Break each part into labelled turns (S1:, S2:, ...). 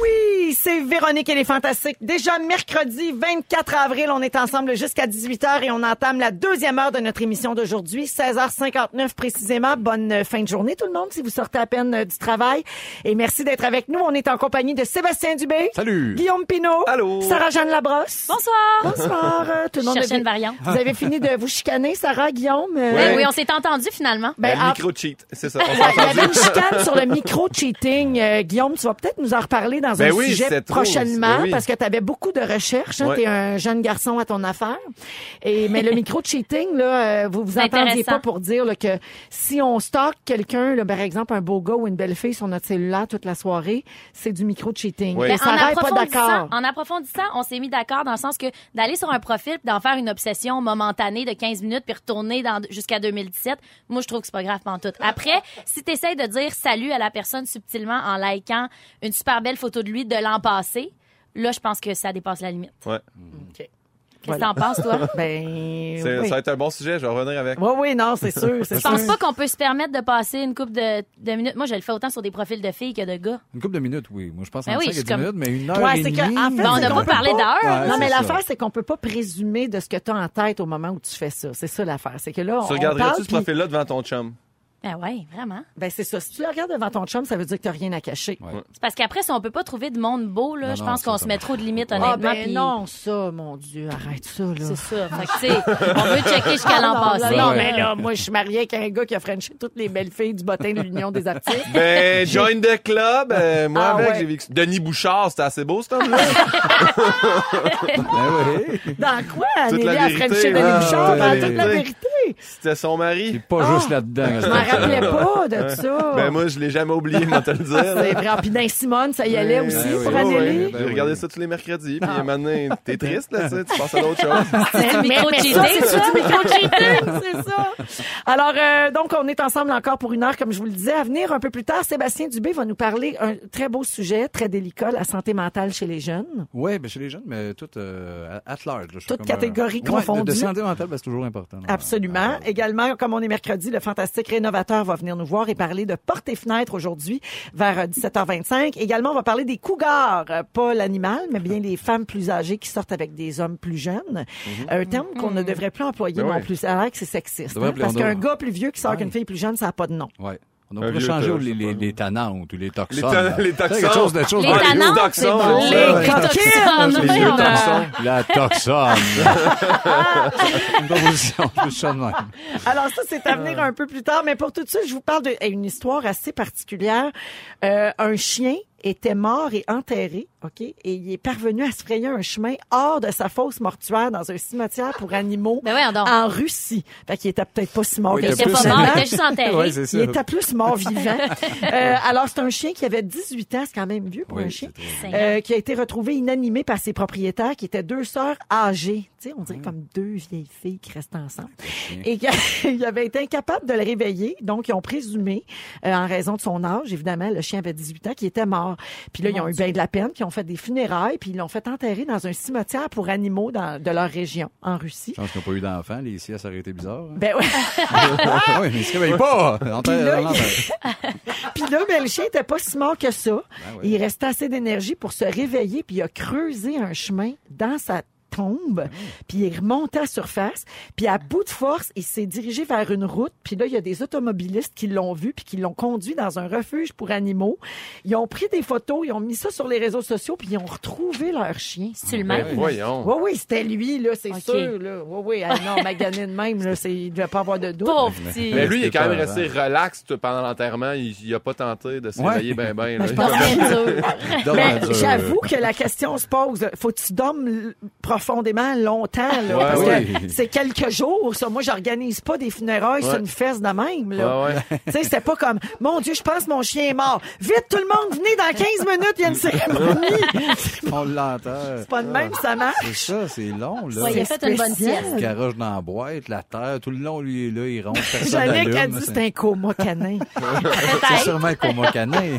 S1: Oui, c'est Véronique et les Fantastiques. Déjà mercredi 24 avril, on est ensemble jusqu'à 18h et on entame la deuxième heure de notre émission d'aujourd'hui, 16h59 précisément. Bonne euh, fin de journée tout le monde si vous sortez à peine euh, du travail. Et merci d'être avec nous. On est en compagnie de Sébastien Dubé.
S2: Salut.
S1: Guillaume Pinault.
S2: Allô.
S1: Sarah-Jeanne Labrosse.
S3: Bonsoir.
S1: Bonsoir. euh, tout le monde.
S3: Je cherchais
S1: Vous-
S3: une variante.
S1: Vous avez fini de vous chicaner, Sarah, Guillaume. euh,
S3: Ben oui, on s'est entendu finalement.
S1: ben,
S2: Le
S1: à-
S2: micro-cheat, c'est ça. on
S1: Il y
S2: s'entend
S1: avait une
S2: bien.
S1: chicane sur le micro-cheating. Euh, Guillaume, tu vas peut-être nous en reparler dans
S2: Ben
S1: un
S2: oui,
S1: sujet
S2: cette rose,
S1: prochainement
S2: ben oui.
S1: parce que tu avais beaucoup de recherches. Hein,
S2: Ouais.
S1: Tu es un jeune garçon à ton affaire. Et, mais le micro-cheating, là, euh, vous vous entendiez
S3: Intéressant.
S1: pas pour dire là, que si on stocke quelqu'un, là, par exemple un beau gars ou une belle fille sur notre cellulaire toute la soirée, c'est du micro-cheating.
S2: Oui.
S1: Et
S3: Ben, en,
S1: Sarah est pas
S3: approfondissant,
S1: d'accord.
S3: en approfondissant, on s'est mis d'accord dans le sens que d'aller sur un profil, puis d'en faire une obsession momentanée de 15 minutes, puis retourner dans- jusqu'à 2017, moi, je trouve que c'est pas grave pantoute. Après, si tu de dire salut à la personne subtilement en likant une super belle photo de lui de l'an passé, là, je pense que ça dépasse la limite.
S2: Ouais.
S3: Qu'est-ce que
S1: Voilà.
S3: t'en penses, toi?
S1: Ben,
S2: C'est-
S1: oui.
S2: Ça va être un bon sujet, je vais revenir avec.
S1: Oui, oui, non, c'est sûr. c'est
S3: Je pense
S1: sûr.
S3: pas qu'on peut se permettre de passer une coupe de, de minutes. Moi, je le fais autant sur des profils de filles que de gars.
S4: Une couple de minutes, oui. Moi, je pense
S3: Ben
S4: en
S3: oui,
S4: 5
S3: c'est
S4: à 10
S3: comme-
S4: minutes, mais une heure
S1: Ouais,
S4: et
S1: c'est
S4: demie...
S1: que, en fait,
S3: Ben, on n'a
S1: qu'on
S3: pas
S1: peut
S3: parlé
S1: pas-
S3: d'heures.
S2: Ah,
S4: Ouais,
S1: non,
S4: c'est
S1: mais
S4: ça.
S1: l'affaire, c'est qu'on peut pas présumer de ce que tu as en tête au moment où tu fais ça. C'est ça l'affaire. C'est que là, on,
S2: Tu
S1: on parle,
S2: regarderais-tu ce
S1: puis-
S2: profil-là devant ton chum?
S3: Ben ouais, vraiment.
S1: Ben, c'est ça. Si tu le regardes devant ton chum, ça veut dire que tu rien à cacher.
S4: Ouais.
S3: C'est parce qu'après, si on peut pas trouver de monde beau, là,
S4: Non,
S3: je
S4: non,
S3: pense
S4: ça,
S3: qu'on
S4: ça
S3: se met
S4: marche
S3: trop de limites,
S1: Ah,
S3: honnêtement.
S1: ben
S3: puis-
S1: non, ça, mon Dieu, arrête ça, là.
S3: C'est ça. Fait que, tu sais, on veut checker jusqu'à l'an
S1: Ah, non,
S3: passé.
S1: Non,
S4: Ouais.
S1: mais là, moi, je suis mariée avec un gars qui a frenché toutes les belles filles du bottin de l'Union des artistes.
S2: Ben, join the club. euh, moi,
S1: Ah,
S2: avec,
S1: ouais.
S2: j'ai vécu. Denis Bouchard, c'était assez beau, cet homme-là.
S4: Ben oui.
S1: Dans quoi? Anneli
S2: la
S1: a
S2: vérité,
S1: frenché
S2: ouais,
S1: Denis Bouchard?
S4: ouais,
S1: Dans
S4: ouais.
S1: toute la vérité.
S2: c'était son
S4: Il est
S2: mari.
S4: pas
S1: Ah.
S4: juste là-dedans. euh,
S1: Je m'en rappelais pas de ça.
S2: Ben, moi, je l'ai jamais oublié, moi, te le
S1: C'est
S2: dire. Ben
S1: vrai. Puis dans Simone, ça y allait
S2: Ouais,
S1: aussi
S4: ouais,
S1: pour
S4: ouais,
S1: Anneli.
S4: ouais.
S2: J'ai regardé ça tous les mercredis,
S1: Ah.
S2: puis maintenant, t'es triste, là, tu sais, tu penses à d'autres choses.
S1: Mais- mais
S3: micro-cheating,
S1: ça, c'est
S3: ça.
S1: du micro-cheating, c'est ça. Alors, euh, donc, on est ensemble encore pour une heure, comme je vous le disais. À venir un peu plus tard, Sébastien Dubé va nous parler un très beau sujet, très délicat, la santé mentale chez les jeunes.
S4: Oui, ben chez les jeunes, mais toutes euh, at large. là, je suis
S1: Toutes
S4: comme,
S1: catégories
S4: ouais, de-
S1: confondues.
S4: De santé mentale, ben, c'est toujours important. là.
S1: Absolument. Ah. Également, comme on est mercredi, le fantastique rénovateur va venir nous voir et parler de portes et fenêtres aujourd'hui vers euh, 17h25. Également, on va parler des cougars, euh, pas l'animal, mais bien les femmes plus âgées qui sortent avec des hommes plus jeunes. Un terme qu'on ne devrait plus employer
S2: Ben
S1: non
S2: ouais.
S1: plus. Ça a l'air que c'est sexiste.
S4: Devrait
S1: hein,
S4: appeler
S1: parce
S4: en
S1: qu'un
S4: dehors.
S1: gars plus vieux qui sort avec une fille plus jeune, ça n'a pas de nom.
S4: Ouais. On
S2: Un
S4: pourrait
S2: vieux
S4: changer
S2: tas,
S4: les,
S2: je sais
S4: les,
S2: pas.
S4: les tannantes ou les
S2: Les,
S4: toxones.
S2: ta-
S4: là.
S2: les
S4: Tu sais,
S2: taxons.
S4: quelque chose de chose
S3: Les
S4: de-
S2: Ah,
S3: tannantes,
S2: vieux taxons,
S3: c'est bon.
S2: ouais.
S1: Les
S3: Les toxones,
S2: Les
S3: voyons
S2: vieux
S3: donc.
S2: taxons.
S4: La toxone. Une proposition, je me suis même.
S1: Alors ça, c'est à venir un peu plus tard, mais pour tout de suite, je vous parle d'une histoire assez particulière. Euh, un chien était mort et enterré, OK? Et il est parvenu à se frayer un chemin hors de sa fosse mortuaire dans un cimetière pour animaux
S3: Ben voyons donc.
S1: en Russie. Fait qu'il était peut-être pas si mort
S4: Oui,
S1: que
S4: il
S1: ça,
S3: était pas mort,
S1: finalement.
S3: il était juste enterré.
S4: Ouais, c'est ça.
S1: Eh, Il était plus mort vivant. Euh, alors, c'est un chien qui avait 18 ans, c'est quand même vieux pour un
S4: Oui,
S1: chien.
S4: c'est trop vieux.
S3: Seigneur.
S1: Euh, qui a été retrouvé inanimé par ses propriétaires, qui étaient deux sœurs âgées. Tu sais, on dirait comme deux vieilles filles qui restent ensemble. Et qu'il avait été incapable de le réveiller. Donc, ils ont présumé, euh, en raison de son âge, évidemment, le chien avait 18 ans, qu'il était mort. Puis là, ils ont eu bien de la peine, puis ils ont fait des funérailles, puis ils l'ont fait enterrer dans un cimetière pour animaux dans, de leur région, en Russie.
S4: Je pense qu'ils n'ont pas eu d'enfants. Les siestes auraient été bizarres. hein.
S1: Ben ouais.
S4: Ah oui, mais ils se réveillent pas. On
S1: Puis là,
S4: t'en- on t'en-
S1: Puis là, ben, le chien était pas si mort que ça.
S4: Ben ouais.
S1: Il restait assez d'énergie pour se réveiller, puis il a creusé un chemin dans sa tombe,
S3: Ah.
S1: puis il est remonté à surface, puis à bout de force, il s'est dirigé vers une route, puis là, il y a des automobilistes qui l'ont vu, puis qui l'ont conduit dans un refuge pour animaux. Ils ont pris des photos, ils ont mis ça sur les réseaux sociaux, puis ils ont retrouvé leur chien.
S3: Ah, C'est le
S2: Ben,
S3: même.
S2: voyons.
S1: Oui, oui, c'était lui, là, c'est
S3: Ok.
S1: sûr, là. Oui, oui, ah non, magané de même, là, c'est, il devait pas avoir de doute.
S3: Pauvre petit.
S2: Mais lui, il est quand même
S4: C'était
S2: resté relax tout- pendant l'enterrement. Il, il a pas tenté de s'éveiller ben ben. là.
S1: je
S2: Il
S1: pense
S2: a
S3: C'est dur.
S4: Dors
S1: Ben,
S2: euh,
S4: dans un-
S1: j'avoue que la question se pose. Faut que tu dormes l- profondément longtemps, là,
S2: Ouais,
S1: parce que
S4: oui.
S1: c'est quelques jours, ça. Moi, j'organise pas des funérailles sur
S2: Ouais.
S1: une fesse de même, là.
S2: Ah ouais.
S1: Tu sais, c'était pas comme, mon Dieu, je pense mon chien est mort. Vite, tout le monde, venez dans 15 minutes, il y a une cérémonie. C'est
S4: On l'entend.
S1: pas de même, ça
S4: C'est
S1: marche.
S4: ça, c'est long, là.
S3: Ouais, il a fait une bonne
S1: spécial.
S3: sieste.
S4: Il garoche dans la boîte, la terre, tout le long, lui, il est là, il ronfle. personne
S1: Jannick a
S4: l'allume,
S1: dit,
S4: c'est-
S1: c'est un coma canin.
S4: C'est
S3: Peut-être.
S4: sûrement un coma canin.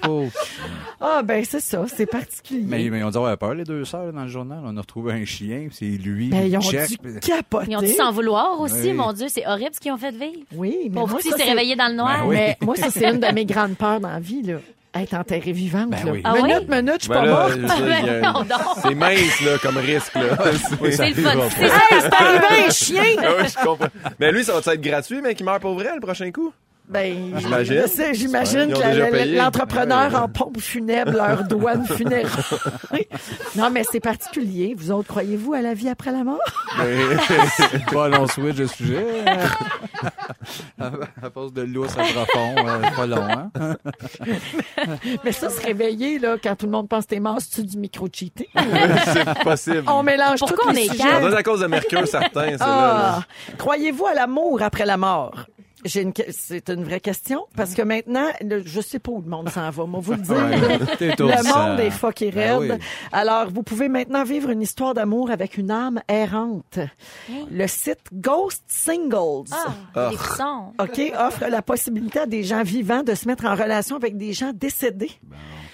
S4: Pauvre.
S1: Ah, ben, c'est ça. C'est particulier.
S4: Mais, mais on dit, ouais, peur, les deux sœurs, là, dans le journal. On a retrouvé un chien, puis c'est lui.
S1: Ben, ils ont
S4: check.
S1: dû capoter.
S3: Ils ont dû s'en vouloir aussi,
S4: Oui.
S3: mon Dieu, c'est horrible ce qu'ils ont fait vivre.
S1: Oui, mais
S3: Mon
S1: moi,
S3: petit
S1: ça,
S3: s'est
S1: c'est-
S3: réveillé dans le noir.
S4: Ben oui.
S1: Ah Mais moi, ça, c'est une de mes grandes peurs dans la vie, là. Être enterrée vivante,
S4: Ben
S1: là.
S4: oui.
S3: Ah
S1: minute,
S3: oui?
S1: minute, je suis
S2: Ben
S1: pas
S2: là,
S1: morte.
S2: je veux dire, il y a-
S3: Non, non.
S2: C'est mince, là, comme risque, là.
S4: Oui, ça
S3: C'est le
S4: arrivera
S3: fun.
S4: pas.
S3: C'est-
S1: Hey, c'est arrivé un chien!
S2: Ah oui, je comprends. Mais lui, ça va être gratuit, mais qui meurt pour vrai le prochain coup?
S1: Ben,
S2: J'imagine.
S1: je sais, J'imagine
S2: Ils ont
S1: que la-
S2: déjà
S1: la-
S2: payé.
S1: l'entrepreneur
S2: Ouais.
S1: en pompe funèbre, leur douane funéraire. non, mais c'est particulier. Vous autres, croyez-vous à la vie après la mort?
S4: Bon, on switch le sujet. à force de lousse à profond, euh, pas long, hein?
S1: Mais ça, se réveiller, là, quand tout le monde pense que t'es mort, c'est-tu du micro-cheaté?
S2: C'est possible.
S1: On mélange
S3: Pourquoi
S1: tous
S3: on
S1: les
S3: est
S1: sujets.
S3: calme?
S2: Ça doit être à cause de Mercure, certain, ça, là.
S1: Ah, croyez-vous à l'amour après la mort? J'ai une que- C'est une vraie question. Parce que maintenant, le- je sais pas où le monde s'en va, moi, vous le dire.
S4: Ouais, t'es
S1: Le
S4: étourdissant.
S2: euh,
S1: monde est fucké
S4: Ben
S1: raide.
S4: oui.
S1: Alors, vous pouvez maintenant vivre une histoire d'amour avec une âme errante. Le site Ghost Singles.
S3: Ah, des frissons.
S1: OK, offre la possibilité à des gens vivants de se mettre en relation avec des gens décédés.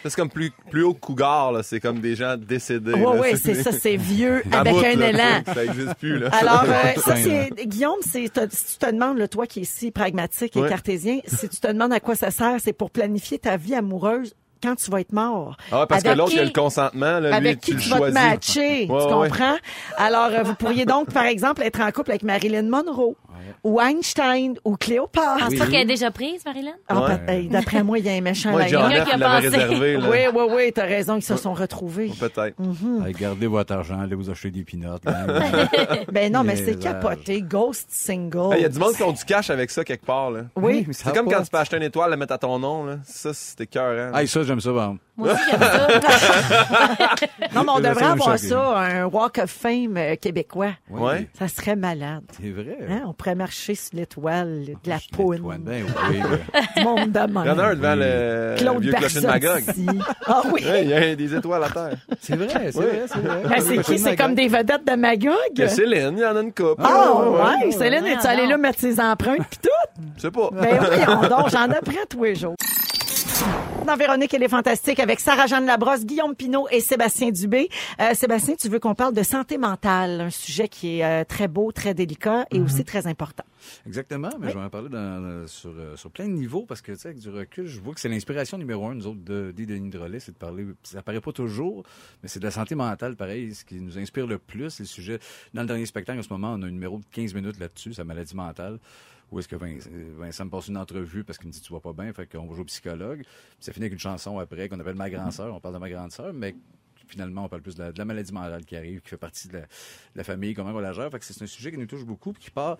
S2: Ça, C'est comme plus, plus haut que Cougar, là. C'est comme des gens décédés.
S1: Oui,
S2: là.
S1: oui, c'est ça, c'est vieux
S2: À
S1: avec
S2: bout,
S1: un
S2: là.
S1: élan.
S2: Ça n'existe plus, là.
S1: Alors, euh, ça,
S4: Putain,
S1: c'est, Guillaume, c'est, te- si tu te demandes, le toi qui est si pragmatique et
S2: Ouais.
S1: cartésien, si tu te demandes à quoi ça sert, c'est pour planifier ta vie amoureuse quand tu vas être mort.
S2: Ah, parce que
S1: Avec
S2: l'autre, il y a
S3: qui-
S2: le consentement, là. lui,
S1: avec qui
S2: tu le
S1: tu vas te
S2: choisis.
S1: matcher, tu
S2: Ouais, ouais, ouais.
S1: comprends? Alors, euh, vous pourriez donc, par exemple, être en couple avec Marilyn Monroe, ou Einstein, ou Cléopâtre.
S3: Pense pas qu'elle est déjà prise, Marilyn?
S1: Ah,
S2: Ouais.
S1: peut- hey, D'après moi, il y a un méchant
S2: Moi,
S1: là-dedans.
S2: John
S3: Quelqu'un
S2: F,
S3: qui a
S2: il l'avait
S3: pensé.
S2: réservé, là.
S1: Oui, Mm. oui, oui, t'as raison, ils se sont retrouvés.
S2: Peut-être.
S4: Hey, Gardez votre argent, allez vous acheter des pinottes. là.
S1: Ben non, mais
S4: Mais
S1: c'est
S4: là-
S1: capoté, ghost single.
S2: Hey, Il y a du monde qui ont du cash avec ça quelque part, là.
S1: Oui.
S4: mais ça
S2: C'est
S4: a
S2: comme
S4: pas-
S2: quand tu peux acheter une étoile, la mettre à ton nom, là. Ça, c'était cœur,
S4: Hey, ça, j'aime ça, bon.
S3: Moi aussi, j'aime ça.
S1: Non, mais on
S4: Ça, ça
S1: devrait
S4: me
S1: avoir
S4: choque.
S1: ça, un Walk of Fame euh, québécois.
S4: Oui,
S2: Ouais.
S1: Ça serait malade.
S4: C'est vrai.
S1: Hein, On pourrait marcher sur l'étoile de la
S4: Euh. Je suis
S1: poune.
S4: Antoine, Ben oui. là.
S1: Du monde de même.
S2: Il y en a un devant le, le
S1: Claude
S2: euh, vieux clocher de Magog.
S1: Barzotti. Ah oui.
S2: Ouais, Il y a des étoiles à terre.
S4: C'est vrai, c'est
S2: Oui.
S4: vrai, c'est vrai.
S1: Ben, c'est qui? C'est comme des vedettes de
S2: Il y a
S1: Magog?
S2: Céline, il y en a une coupe.
S1: Ah ouais, Céline,
S3: Ouais,
S1: es-tu allée
S3: non.
S1: là mettre ses empreintes pis tout?
S2: Je sais pas.
S1: Ben voyons donc, j'en apprends tous les jours. Dans Véronique, elle est fantastique avec Sarah-Jeanne Labrosse, Guillaume Pinault et Sébastien Dubé. Euh, Sébastien, tu veux qu'on parle de santé mentale, un sujet qui est euh, très beau, très délicat et aussi très important.
S4: Exactement, mais je vais en parler dans- dans- sur, euh, sur plein de niveaux parce que, tu sais, avec du recul, je vois que c'est l'inspiration numéro un, nous autres, de, des Denis Drolet, c'est de parler, ça paraît pas toujours, mais c'est de la santé mentale, pareil, ce qui nous inspire le plus, c'est le sujet. Dans le dernier spectacle, en ce moment, on a un numéro de 15 minutes là-dessus, sa maladie mentale. Où est-ce que Vin- Vincent me passe une entrevue parce qu'il me dit tu vas pas bien, fait qu'on va jouer au psychologue. Puis ça finit avec une chanson après qu'on appelle ma grande sœur, on parle de ma grande sœur, mais finalement, on parle plus de la, de la maladie mentale qui arrive, qui fait partie de la, de la famille, comment on la gère. Fait que c'est un sujet qui nous touche beaucoup, puis qui part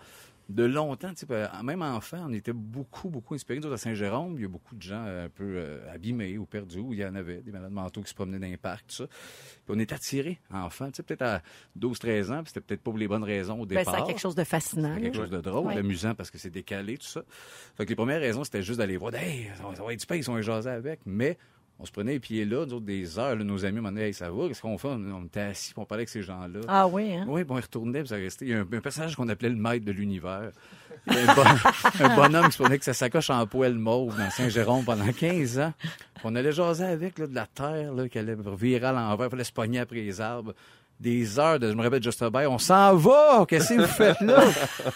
S4: de longtemps. Tu sais, euh, même enfant, on était beaucoup, beaucoup inspirés. Nous autres, à Saint-Jérôme, il y a beaucoup de gens euh, un peu euh, abîmés ou perdus, où il y en avait, des malades mentaux qui se promenaient dans les parcs, tout ça. Puis on est attirés, enfant, tu sais, peut-être à 12-13 ans, puis c'était peut-être pas pour les bonnes raisons au
S1: Ben,
S4: départ.
S1: ça a quelque chose de fascinant.
S4: C'est quelque chose de drôle,
S3: Ouais.
S4: d'amusant parce que c'est décalé, tout ça. Fait que les premières raisons, c'était juste d'aller voir, hey, ça va- ça va être du ils sont jasés avec. Mais on se prenait les pieds là, nous autres, des heures, là, nos amis m'ont dit, hey, ça va, qu'est-ce qu'on fait? On, on était assis, puis on parlait avec ces gens-là.
S1: Ah oui, hein?
S4: Oui, bon, il retournait, puis ça restait. Il y a un, un personnage qu'on appelait le maître de l'univers. Il y a Un, bon- un bonhomme qui se prenait que sa sacoche en poêle mauve dans Saint-Jérôme pendant 15 ans. Puis On allait jaser avec là, de la terre là, qui allait virer à l'envers. Il fallait se pogner après les arbres. Des heures de, je me rappelle, Just Robert, on s'en va! Qu'est-ce que vous faites là?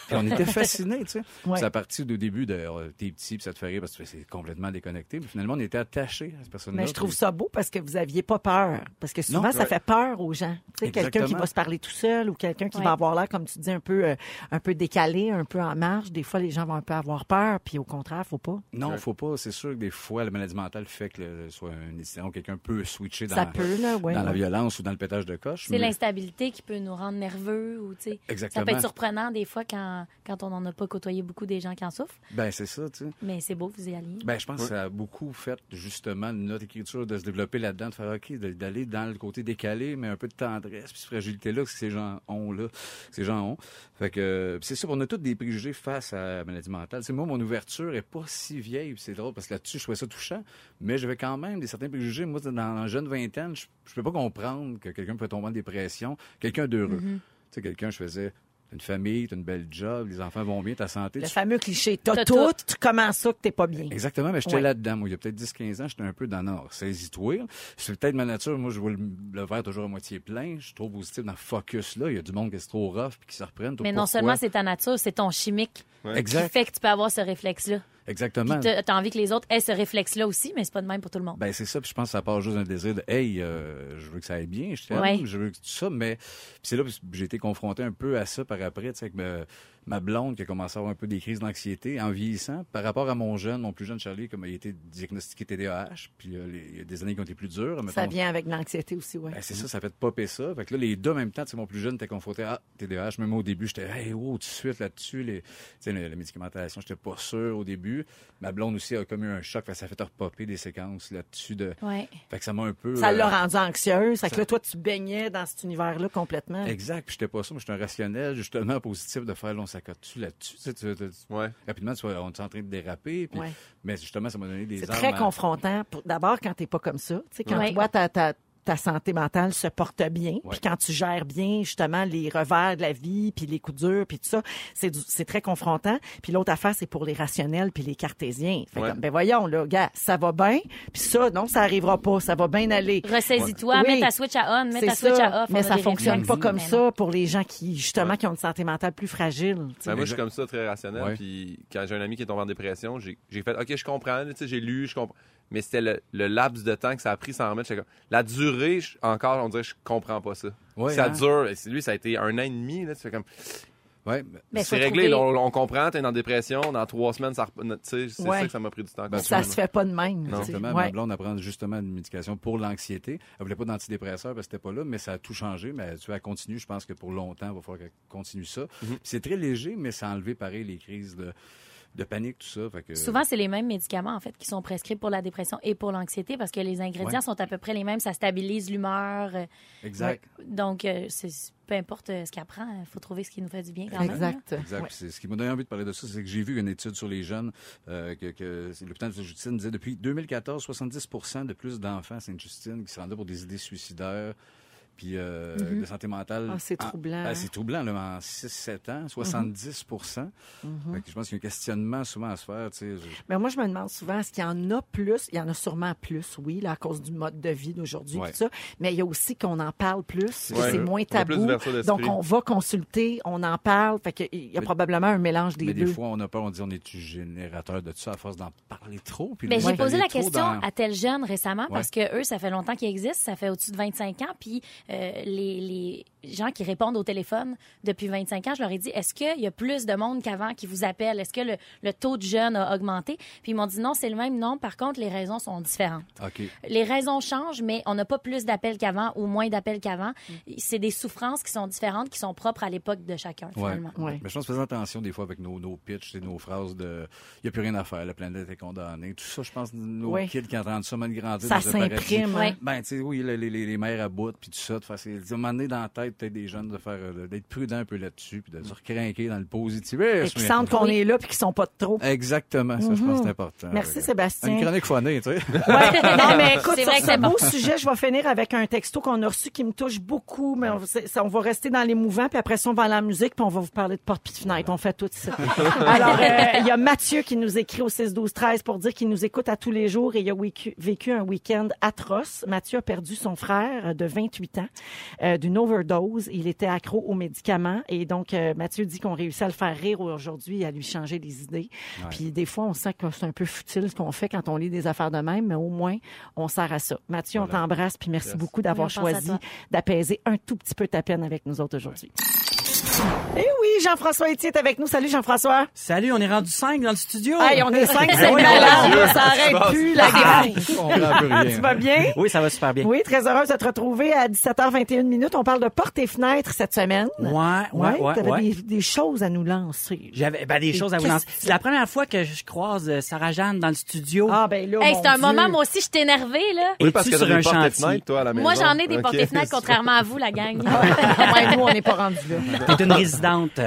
S4: Puis on était fascinés, tu sais.
S1: Ouais.
S4: Puis Ça partit au début de, euh, t'es petit, puis ça te fait rire parce que c'est complètement déconnecté. Puis finalement, on était attachés à cette personne-là.
S1: Mais je trouve ça beau parce que vous aviez pas peur. Parce que souvent,
S4: Non.
S1: ça fait peur aux gens. Tu sais, quelqu'un qui
S4: Exactement.
S1: va se parler tout seul ou quelqu'un qui
S3: Ouais.
S1: va avoir l'air, comme tu dis, un peu, euh, un peu décalé, un peu en marge. Des fois, les gens vont un peu avoir peur, puis au contraire, faut pas.
S4: Non, faut pas. C'est sûr que des fois, la maladie mentale fait que le- soit un incident ou quelqu'un peut switcher dans,
S1: Ça peut, là, ouais.
S4: dans la violence ou dans le pétage de coche.
S3: C'est
S4: mais-
S3: l'instabilité qui peut nous rendre nerveux ou, tu sais. Ça
S4: Exactement.
S3: peut être surprenant des fois quand, quand on n'en a pas côtoyé beaucoup des gens qui en souffrent,
S4: Ben, c'est ça, tu sais.
S3: mais c'est beau, vous y alliez.
S4: Ben, je pense que ça a beaucoup fait, justement, de notre écriture, de se développer là-dedans, de faire OK, de- d'aller dans le côté décalé, mais un peu de tendresse, puis cette fragilité-là que ces gens ont, là, que ces gens ont. Fait que, euh, c'est sûr, on a tous des préjugés face à la maladie mentale. Tu sais, moi, mon ouverture est pas si vieille, puis c'est drôle, parce que là-dessus, je trouvais ça touchant, mais j'avais quand même des certains préjugés. Moi, dans la jeune vingtaine, je, je peux pas comprendre que quelqu'un peut tomber en dépression, quelqu'un d'heureux. Tu sais, quelqu'un, je faisais... une famille, t'as une belle job, les enfants vont bien, ta santé.
S1: Le
S4: tu-
S1: fameux cliché. T'as
S3: T'as
S1: tout, comment ça que t'es pas bien?
S4: Exactement, mais j'étais
S1: Ouais.
S4: là-dedans. Moi, il y a peut-être 10-15 ans, j'étais un peu dans non, saisis-toi. C'est peut-être ma nature. Moi, je vois le, le verre toujours à moitié plein. Je suis trop positif dans ce focus-là. Il y a du monde qui est trop rough puis qui se reprennent. Toi,
S3: Mais non
S4: pourquoi?
S3: seulement c'est ta nature, c'est ton chimique qui
S4: Exact.
S3: fait que tu peux avoir ce réflexe-là.
S4: Exactement.
S3: T'as t'as envie que les autres aient ce réflexe-là aussi, mais c'est pas de même pour tout le monde.
S4: Ben c'est ça, puis je pense que ça part juste d'un désir de hey, euh, je veux que ça aille bien, je t'aime,
S3: Ouais.
S4: je veux que tout ça, mais puis c'est là que j'ai été confronté un peu à ça par après, tu sais, avec ma, ma blonde qui a commencé à avoir un peu des crises d'anxiété en vieillissant, par rapport à mon jeune, mon plus jeune Charlie, comme il a été diagnostiqué TDAH, puis euh, les- il y a des années qui ont été plus dures.
S1: Ça
S4: mettons.
S1: vient avec l'anxiété aussi, ouais.
S4: Ben, c'est ça, ça fait popper ça. Fait que là, les deux en même temps, tu sais, mon plus jeune était confronté à ah, TDAH. Même au début, j'étais, hey, oh, tout de suite là-dessus, les, tu sais, la, la médication, j'étais pas sûr au début. Ma blonde aussi a comme eu un choc, fait que ça fait repopper des séquences là-dessus de.
S3: Ouais.
S4: Fait que ça m'a un peu.
S1: Ça
S4: euh,
S1: l'a rendu anxieuse. Fait que là, toi, tu baignais dans cet univers-là complètement.
S4: Exact, puis j'étais pas sûr, mais j'étais un rationnel, justement positif de faire, là, on s'accote-tu là-dessus? Tu sais, tu- tu- tu-
S2: Ouais.
S4: Rapidement, tu vois, on est en train de déraper, puis-
S1: Ouais.
S4: mais justement, ça m'a donné des
S1: C'est
S4: armes
S1: très
S4: à-
S1: confrontant. pour- D'abord, quand t'es pas comme ça. Tu sais, quand
S3: Ouais.
S1: toi, ta, ta, ta santé mentale se porte bien,
S4: Ouais.
S1: puis quand tu gères bien, justement, les revers de la vie, puis les coups durs, puis tout ça, c'est du- c'est très confrontant. Puis l'autre affaire, c'est pour les rationnels puis les cartésiens. Fait
S2: Ouais.
S1: comme, ben voyons, là, gars, ça va bien, puis ça, non, ça arrivera pas, ça va bien aller.
S3: Ressaisis-toi,
S1: Oui.
S3: mets ta switch à on, mets
S1: C'est
S3: ta switch
S1: ça.
S3: à off. on
S1: mais
S3: a
S1: ça
S3: des
S1: fonctionne pas
S3: réflexes.
S1: comme
S3: Mais non.
S1: ça pour les gens qui, justement, qui ont une santé mentale plus fragile. tu sais.
S2: Ben, moi, je suis comme ça, très rationnel.
S4: Ouais.
S2: Puis quand j'ai un ami qui est tombé en dépression, j'ai j'ai fait OK, je comprends, tu sais, j'ai lu, je comprends. Mais c'était le, le laps de temps que ça a pris sans remettre. j'étais comme- La durée, je- encore, on dirait, je comprends pas ça.
S4: Ouais,
S2: ça
S4: hein?
S2: dure. Et c'est- Lui, ça a été un an et demi. Là, tu fais comme.
S4: Ouais, mais-
S3: Mais
S2: c'est
S3: Ben, faut
S2: réglé,
S3: trouver-
S2: là, on, on comprend, t'es en dépression, dans trois semaines, ça rep- tu sais, C'est
S1: Ouais. Ben,
S2: ça que ça m'a pris du temps.
S1: ça se fait pas de même. tu sais.
S4: Exactement.
S1: Ouais.
S4: Ma blonde apprend justement une médication pour l'anxiété. Elle voulait pas d'antidépresseur parce que c'était pas là, mais ça a tout changé. Mais tu vois, elle continue. Je pense que pour longtemps, il va falloir qu'elle continue ça. Puis C'est très léger, mais ça a enlevé pareil les crises de, de panique, tout ça. Fait que,
S3: Souvent, c'est les mêmes médicaments, en fait, qui sont prescrits pour la dépression et pour l'anxiété parce que les ingrédients
S4: Ouais.
S3: sont à peu près les mêmes. Ça stabilise l'humeur. euh,
S4: Exact.
S3: Donc, euh, c'est- peu importe euh, ce qu'elle prend, il faut trouver ce qui nous fait du bien quand même. là.
S1: Exact.
S4: Exact.
S1: Ouais.
S4: Puis c'est- Ce qui m'a donné envie de parler de ça, c'est que j'ai vu une étude sur les jeunes euh, que, que c'est- l'hôpital de Sainte-Justine disait depuis 2014, 70 de plus d'enfants à Sainte-Justine qui se rendaient pour des idées suicidaires puis euh, de santé mentale.
S1: Ah, c'est
S4: en-
S1: troublant,
S4: ah,
S1: hein? Mm-hmm.
S4: c'est troublant, là, en 6-7 ans, 70 Fait que Je pense qu'il y a un questionnement souvent à se faire. tu sais. Je-
S1: Mais Ben, moi, je me demande souvent, est-ce qu'il y en a plus? Il y en a sûrement plus, oui, là, à cause du mode de vie d'aujourd'hui,
S4: Ouais.
S1: tout ça. Mais il y a aussi qu'on en parle plus, que
S2: Ouais.
S1: c'est moins
S2: On a plus
S1: tabou.
S2: d'ouverture d'esprit.
S1: Donc, on va consulter, on en parle. Fait que il y a probablement un mélange des
S4: Mais
S1: deux.
S4: des fois, on a peur, on dit on est-tu générateur de tout ça à force d'en parler trop? Puis
S3: Ben,
S4: là,
S3: j'ai
S4: d'aller
S3: posé la
S4: trop
S3: question
S4: dans-
S3: à tel jeune récemment parce que eux, ça fait longtemps qu'ils existent, ça fait au-dessus de 25 ans, puis euh, les, les gens qui répondent au téléphone depuis 25 ans, je leur ai dit, est-ce qu'il y a plus de monde qu'avant qui vous appelle? Est-ce que le, le taux de jeunes a augmenté? Puis ils m'ont dit non, c'est le même nombre, par contre, les raisons sont différentes.
S4: OK.
S3: Les raisons changent, mais on n'a pas plus d'appels qu'avant ou moins d'appels qu'avant.
S4: Mm.
S3: C'est des souffrances qui sont différentes, qui sont propres à l'époque de chacun,
S4: Ouais.
S3: finalement.
S1: Ouais.
S4: Mais je pense faisons attention des fois avec nos, nos pitchs et nos phrases de il n'y a plus rien à faire, la planète est condamnée. Tout ça, je pense, nos
S1: Ouais.
S4: kids qui entendent ça, même grandir
S1: Ça
S4: dans un paradis.
S1: s'imprime. hein.
S3: Ouais.
S4: Ben, tu sais, oui, les, les, les mères à bout, puis tout ça, de faire, c'est, de demander dans la tête peut-être des jeunes de faire, euh, d'être prudent un peu là-dessus, puis de se recrinquer dans le
S1: Et
S4: positivisme.
S1: qui sentent qu'on est là puis qu'ils sont pas de trop.
S4: Exactement, ça, je pense que c'est important.
S1: Merci,
S4: Euh,
S1: Sébastien.
S4: Une chronique phonée, tu sais.
S1: Ouais. non, mais écoute,
S3: C'est
S1: sur
S3: vrai que
S1: ce
S3: c'est
S1: beau sujet, je vais finir avec un texto qu'on a reçu qui me touche beaucoup, mais on, c'est- ça, on va rester dans les mouvants, puis après ça, on va à la musique, puis on va vous parler de porte puis de fenêtre. On fait tout ça. Alors, euh, il y a Mathieu qui nous écrit au 6-12-13 pour dire qu'il nous écoute à tous les jours et il a vécu, vécu un week-end atroce. Mathieu a perdu son frère euh, de 28 ans euh, d'une overdose. Il était accro aux médicaments et donc euh, Mathieu dit qu'on réussit à le faire rire aujourd'hui, à lui changer les idées. Puis des fois, on sent que c'est un peu futile ce qu'on fait quand on lit des affaires de même, mais au moins, on sert à ça. Mathieu, on t'embrasse, puis merci beaucoup d'avoir
S3: Oui, on pense à
S1: choisi
S3: toi.
S1: d'apaiser un tout petit peu ta peine avec nous autres aujourd'hui. Eh oui, Jean-François Etier est avec nous. Salut Jean-François.
S5: Salut, on est rendu 5 dans le studio.
S1: Hey, on est cinq, c'est
S5: Oui,
S1: malade, ça arrête plus la gang.
S4: On prend plus rien.
S1: Tu vas bien?
S5: Oui, ça va super bien.
S1: Oui, très heureuse de te retrouver à 17h21 minutes. On parle de portes et fenêtres cette semaine.
S5: Ouais, ouais, ouais.
S1: T'avais
S5: ouais.
S1: des, des choses à nous lancer.
S5: J'avais ben, des
S1: Des
S5: choses à vous lancer.
S1: questions.
S5: C'est la première fois que je croise euh, Sarah-Jeanne dans le studio.
S1: Ah ben là,
S3: Hey,
S1: mon
S3: c'est un
S1: Dieu.
S3: moment, moi aussi, je suis énervée, là.
S5: Et
S2: Oui, parce que
S5: sur
S2: t'as
S5: un
S2: des portes et
S5: chantier.
S2: fenêtres, toi, à la maison.
S3: Moi, j'en ai des
S1: Ah.
S2: Ah, Ok.
S3: portes et fenêtres, contrairement à vous, la gang.
S1: Ouais, ben, nous, on n'est pas rendu là.
S5: T'es une résidente.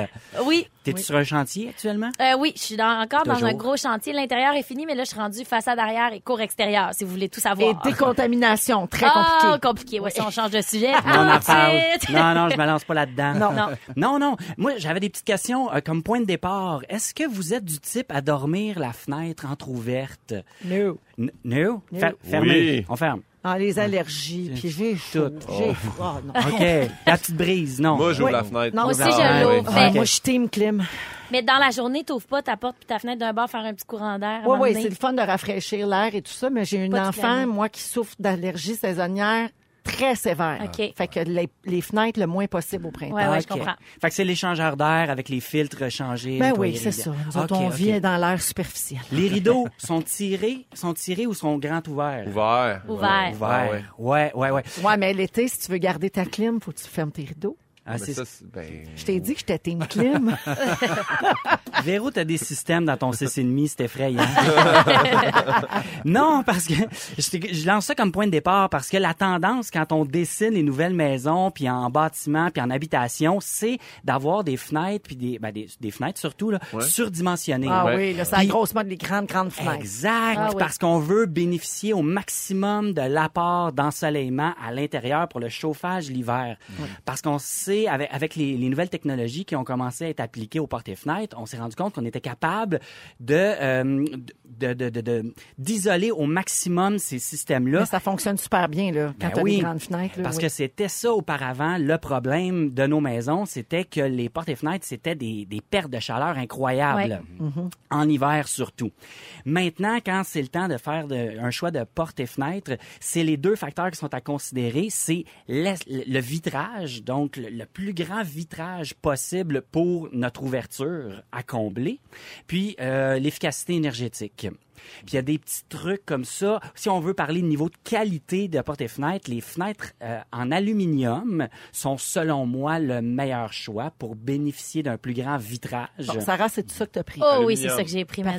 S3: Oui,
S5: T'es-tu sur un chantier actuellement?
S3: Euh, oui, je suis dans- encore dans
S5: Toujours.
S3: un gros chantier. L'intérieur est fini, mais là, je suis rendue façade arrière et cours extérieur, si vous voulez tout
S1: Et
S3: savoir.
S1: décontamination, très
S3: Ah,
S1: compliqué.
S3: compliqué. Ouais, si on change de sujet.
S5: Non, on en parle.
S3: tout de suite.
S5: Non, non, je me lance pas là-dedans.
S1: Ah, Non.
S3: Non.
S5: non, non. Moi, j'avais des petites questions euh, comme point de départ. Est-ce que vous êtes du type à dormir la fenêtre entrouverte?
S1: No.
S5: N- No?
S1: No.
S5: Fer- fermé.
S2: Oui.
S5: On ferme.
S1: Ah, les allergies, puis j'ai chaud,
S5: Tout.
S1: j'ai froid. non.
S5: OK. la petite brise, non.
S2: Moi, j'ouvre
S1: Oui.
S2: la fenêtre.
S1: Non,
S3: Moi aussi,
S5: Ah,
S3: je
S5: ouais.
S3: l'ouvre.
S1: Ouais,
S5: Ok.
S1: Moi, je suis team clim.
S3: Mais dans la journée, t'ouvres pas ta porte puis ta fenêtre d'un bar, faire un petit courant d'air. à un
S1: Oui,
S3: moment
S1: oui,
S3: donné.
S1: c'est le fun de rafraîchir l'air et tout ça, mais j'ai une
S3: Pas toute l'année.
S1: enfant, moi, qui souffre d'allergie saisonnière très sévère.
S3: OK.
S1: Fait que les, les fenêtres le moins possible au printemps.
S3: Ouais, ouais, Ben, je
S5: OK.
S3: comprends.
S5: Fait que c'est l'échangeur d'air avec les filtres changés.
S1: Ben oui,
S5: nettoyer les
S1: c'est ça.
S5: rideaux.
S1: Nous autres,
S5: OK,
S1: on
S5: OK.
S1: vit dans l'air superficiel.
S5: Les rideaux sont tirés, sont tirés ou sont grands ouverts?
S2: Ouvert.
S3: Ouvert.
S2: Ah ouais.
S5: Ouverts. Ouais, ouais, ouais.
S1: Ouais, mais l'été, si tu veux garder ta clim, faut que tu fermes tes rideaux.
S5: Ah,
S2: Mais
S5: c'est
S2: ça, c'est- ben,
S1: Je t'ai dit que j'étais team clim.
S5: Véro, t'as des systèmes dans ton 6,5, c'est effrayant. non, parce que je, t'ai- je lance ça comme point de départ parce que la tendance quand on dessine les nouvelles maisons, puis en bâtiment, puis en habitation, c'est d'avoir des fenêtres, puis des, ben, des, des fenêtres surtout, là, surdimensionnées.
S1: ah
S2: Ouais.
S1: oui, là, c'est la
S5: Puis-
S1: grosse mode des grandes, grandes fenêtres.
S5: Exact,
S3: Ah oui.
S5: parce qu'on veut bénéficier au maximum de l'apport d'ensoleillement à l'intérieur pour le chauffage l'hiver. Parce qu'on sait, avec, avec les, les nouvelles technologies qui ont commencé à être appliquées aux portes et fenêtres, on s'est rendu compte qu'on était capable de euh, de- de- de- de- d'isoler au maximum ces systèmes-là.
S1: Mais ça fonctionne super bien, là, quand
S5: Ben
S1: t'as
S5: oui,
S1: des grandes fenêtres. là,
S5: Parce
S1: oui.
S5: que c'était ça auparavant, le problème de nos maisons, c'était que les portes et fenêtres, c'était des, des pertes de chaleur incroyables, Mm-hmm. en hiver surtout. Maintenant, quand c'est le temps de faire de- un choix de portes et fenêtres, c'est les deux facteurs qui sont à considérer. C'est l'es- le vitrage, donc le, le plus grand vitrage possible pour notre ouverture à combler, puis euh, l'efficacité énergétique. Puis il y a des petits trucs comme ça. Si on veut parler de niveau de qualité de porte et fenêtre, les fenêtres euh, en aluminium sont selon moi le meilleur choix pour bénéficier d'un plus grand vitrage.
S1: Bon, Sarah, c'est tout ça que t'as pris.
S3: Oh oui, c'est
S2: Aluminium.
S3: ça que j'ai pris, ma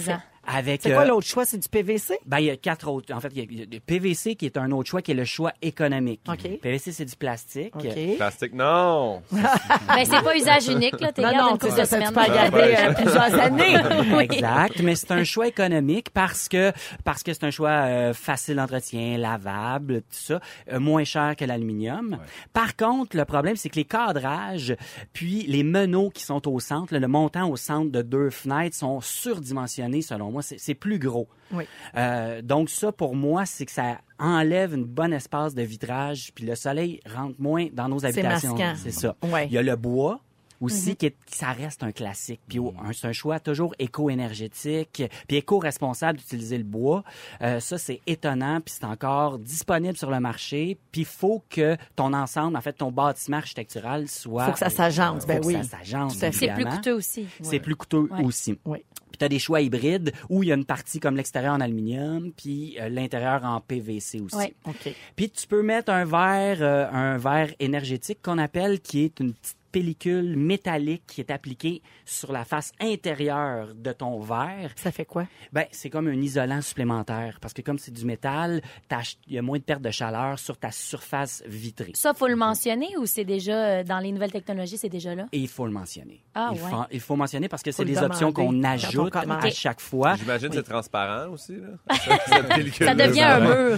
S5: avec
S1: C'est quoi
S5: euh,
S1: l'autre choix? C'est du PVC?
S5: ben, il y a quatre autres. En fait, il y a- il y a le PVC qui est un autre choix, qui est le choix économique.
S1: OK.
S5: PVC, c'est du plastique.
S1: OK.
S2: Plastique, non.
S3: Ben, c'est pas usage unique, là. T'es
S1: Non,
S3: garde
S1: non,
S3: une
S1: tu
S3: couple
S1: sais,
S3: de
S1: ça, tu
S3: semaines.
S1: peux la garder euh, plusieurs années.
S5: Exact, mais c'est un choix économique parce que parce que c'est un choix euh, facile d'entretien, lavable, tout ça, euh, moins cher que l'aluminium. Par contre, le problème c'est que les cadrages puis les meneaux qui sont au centre, là, le montant au centre de deux fenêtres sont surdimensionnés selon moi, c'est c'est plus gros.
S1: Oui.
S5: Euh, donc ça pour moi c'est que ça enlève une bonne espace de vitrage puis le soleil rentre moins dans nos habitations.
S1: masquant.
S5: C'est ça.
S1: Ouais. Mhm.
S5: Il y a le bois aussi qui est- ça reste un classique puis au- un- c'est un choix toujours éco-énergétique puis éco-responsable d'utiliser le bois Euh, ça c'est étonnant puis c'est encore disponible sur le marché puis faut que ton ensemble en fait ton bâtiment architectural soit
S1: Faut que ça s'agence,
S5: Faut
S1: ben
S5: que
S1: oui.
S5: ça s'agence
S1: Tout à fait.
S3: C'est plus
S5: évidemment.
S3: coûteux aussi.
S5: c'est plus coûteux
S3: Ouais.
S5: aussi
S1: Oui.
S5: puis t'as des choix hybrides où il y a une partie comme l'extérieur en aluminium puis euh, l'intérieur en PVC aussi
S3: Ouais.
S1: OK.
S5: puis tu peux mettre un verre, euh, un verre énergétique qu'on appelle, qui est une petite pellicule métallique qui est appliquée sur la face intérieure de ton verre.
S1: Ça fait quoi?
S5: Ben, c'est comme un isolant supplémentaire parce que comme c'est du métal, t'as- il y a moins de perte de chaleur sur ta surface vitrée.
S3: Ça, faut le mentionner ou c'est déjà, euh, dans les nouvelles technologies, c'est déjà là?
S5: Et il faut le mentionner.
S3: Ah,
S5: il,
S3: ouais.
S5: faut, il faut mentionner parce que c'est
S1: le
S5: des options qu'on
S1: demander quand on
S5: ajoute
S1: commande.
S5: à chaque fois.
S2: J'imagine que c'est transparent aussi. Là. Cette pellicule-là.
S3: Ça devient un mur.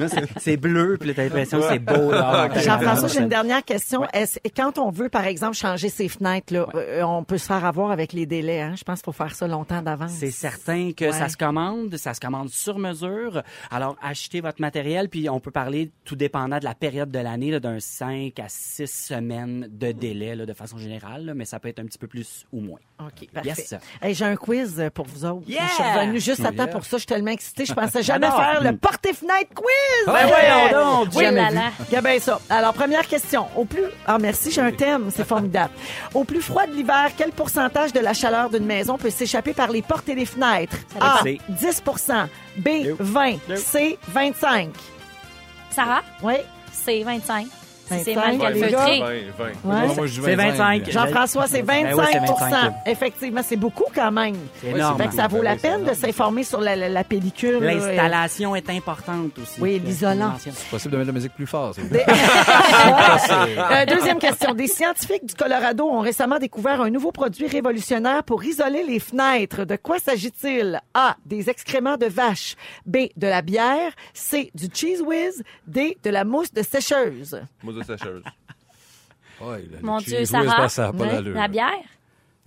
S5: Là, c'est- c'est bleu, puis là, t'as l'impression que c'est beau. dehors.
S1: Jean-François, j'ai une dernière question. Est-ce- et quand on veut, par exemple, changer ses fenêtres, là, euh, on peut se faire avoir avec les délais. Hein? Je pense qu'il faut faire ça longtemps d'avance.
S5: C'est certain que
S1: Ouais.
S5: ça se commande, ça se commande sur mesure. Alors, achetez votre matériel, puis on peut parler, tout dépendant de la période de l'année, là, d'un 5 à 6 semaines de délai, là, de façon générale, là, mais ça peut être un petit peu plus ou moins.
S1: OK, parfait.
S5: Yes.
S1: Hey, j'ai un quiz euh, pour vous autres.
S5: Yeah!
S1: Je suis revenue juste à temps
S4: Yeah.
S1: pour ça. Je suis tellement excitée. Je pensais jamais
S5: J'adore. Mm.
S1: faire le porte-fenêtre quiz.
S5: Ben voyons donc,
S3: Oui,
S5: jamais
S3: là,
S5: vu.
S3: là.
S1: Regarde bien ça. Alors, première question. Au plus... Ah, merci, j'ai un thème. C'est formidable. Au plus froid de l'hiver, quel pourcentage de la chaleur d'une maison peut s'échapper par les portes et les fenêtres? A,
S5: C'est-
S1: 10 B, 20 C, 25
S3: Sarah,
S1: Oui.
S3: c'est 25. Si c'est
S1: 25,
S3: mal
S1: les gars.
S3: calfeutré.
S1: Ouais.
S4: Moi, je dis
S5: C'est 25.
S1: Jean-François, c'est
S5: Ben
S1: 25,
S5: oui, c'est 25.
S1: Effectivement, c'est beaucoup quand même.
S5: C'est
S4: Ouais,
S5: énorme.
S1: Fait que ça vaut la peine de s'informer sur la, la- la pellicule. là, et-
S5: L'installation est importante aussi.
S1: Oui, l'isolant.
S4: C'est possible de mettre la musique plus fort. c'est-
S1: Euh, deuxième question. Des scientifiques du Colorado ont récemment découvert un nouveau produit révolutionnaire pour isoler les fenêtres. De quoi s'agit-il? A. Des excréments de vache. B. De la bière. C. Du cheese whiz. D. De la mousse de sécheuse.
S2: Mousse de sécheuse.
S4: Ouais, le- le
S3: Mon Dieu,
S4: cheese
S3: Sarah. Hein?
S4: whiz, ben, ça a pas
S1: Ouais.
S4: d'allure.
S3: La bière?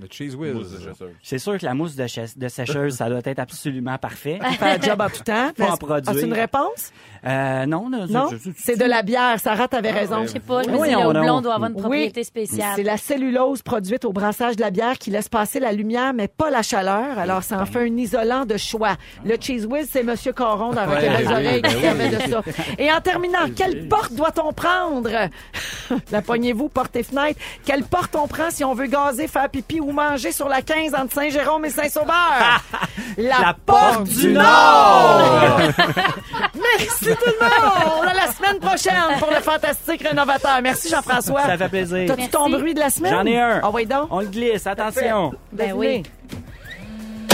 S4: Le cheese
S2: Mousse de
S4: whiz.
S2: sécheuse.
S5: C'est sûr que la mousse de, chaise- de sécheuse, ça doit être absolument parfait.
S1: Faire un job en tout temps.
S5: Pas en
S1: As-tu
S5: produire.
S1: une réponse?
S5: Euh, non, non,
S1: Non?
S5: je- je-
S1: C'est de la bière. Sarah, t'avais raison.
S3: Je sais pas, je me dis,
S5: Voyons
S3: le blond
S5: donc.
S3: doit avoir une propriété
S1: C'est
S3: spéciale.
S1: la cellulose produite au brassage de la bière qui laisse passer la lumière, mais pas la chaleur. Alors, ça en fait un isolant de choix. Le Cheese Whiz, c'est M. Coron dans
S4: Ouais,
S1: les
S4: oui,
S1: oreilles qui
S4: ben
S1: servait
S4: oui.
S1: de ça. Et en terminant, quelle porte doit-on prendre? la pognez-vous, porte et fenêtre. Quelle porte on prend si on veut gazer, faire pipi ou manger sur la 15 entre Saint-Jérôme et Saint-Sauveur? la, porte du Nord! Merci tout le monde! À la semaine prochaine pour le fantastique rénovateur. Merci Jean-François.
S5: Ça fait plaisir.
S1: T'as-tu ton
S3: Merci.
S1: bruit de la semaine?
S5: J'en ai un.
S1: Ah oui, donc.
S5: On le glisse, attention.
S3: Ben
S1: Devinez.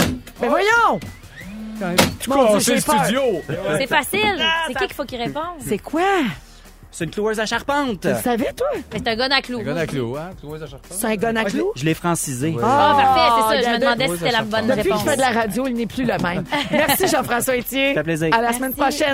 S3: oui.
S1: Mais Ben voyons! Mon Dieu, j'ai peur.
S3: C'est facile. C'est qui qu'il faut qu'il réponde?
S1: C'est quoi?
S5: C'est une cloueuse à charpente.
S1: Tu le savais, toi?
S3: Mais C'est un gonne à clous.
S4: Le gars d'aclo, hein? Clouise à Charpente.
S1: C'est un gonne à clous?
S5: Je l'ai francisé.
S3: Ah, parfait, c'est ça. Je me
S1: regardez.
S3: demandais si c'était la bonne
S1: Oh, Depuis que je
S3: réponse.
S1: fais de la radio, il n'est plus le même. Merci Jean-François Etier.
S5: Ça fait plaisir.
S1: À la semaine prochaine.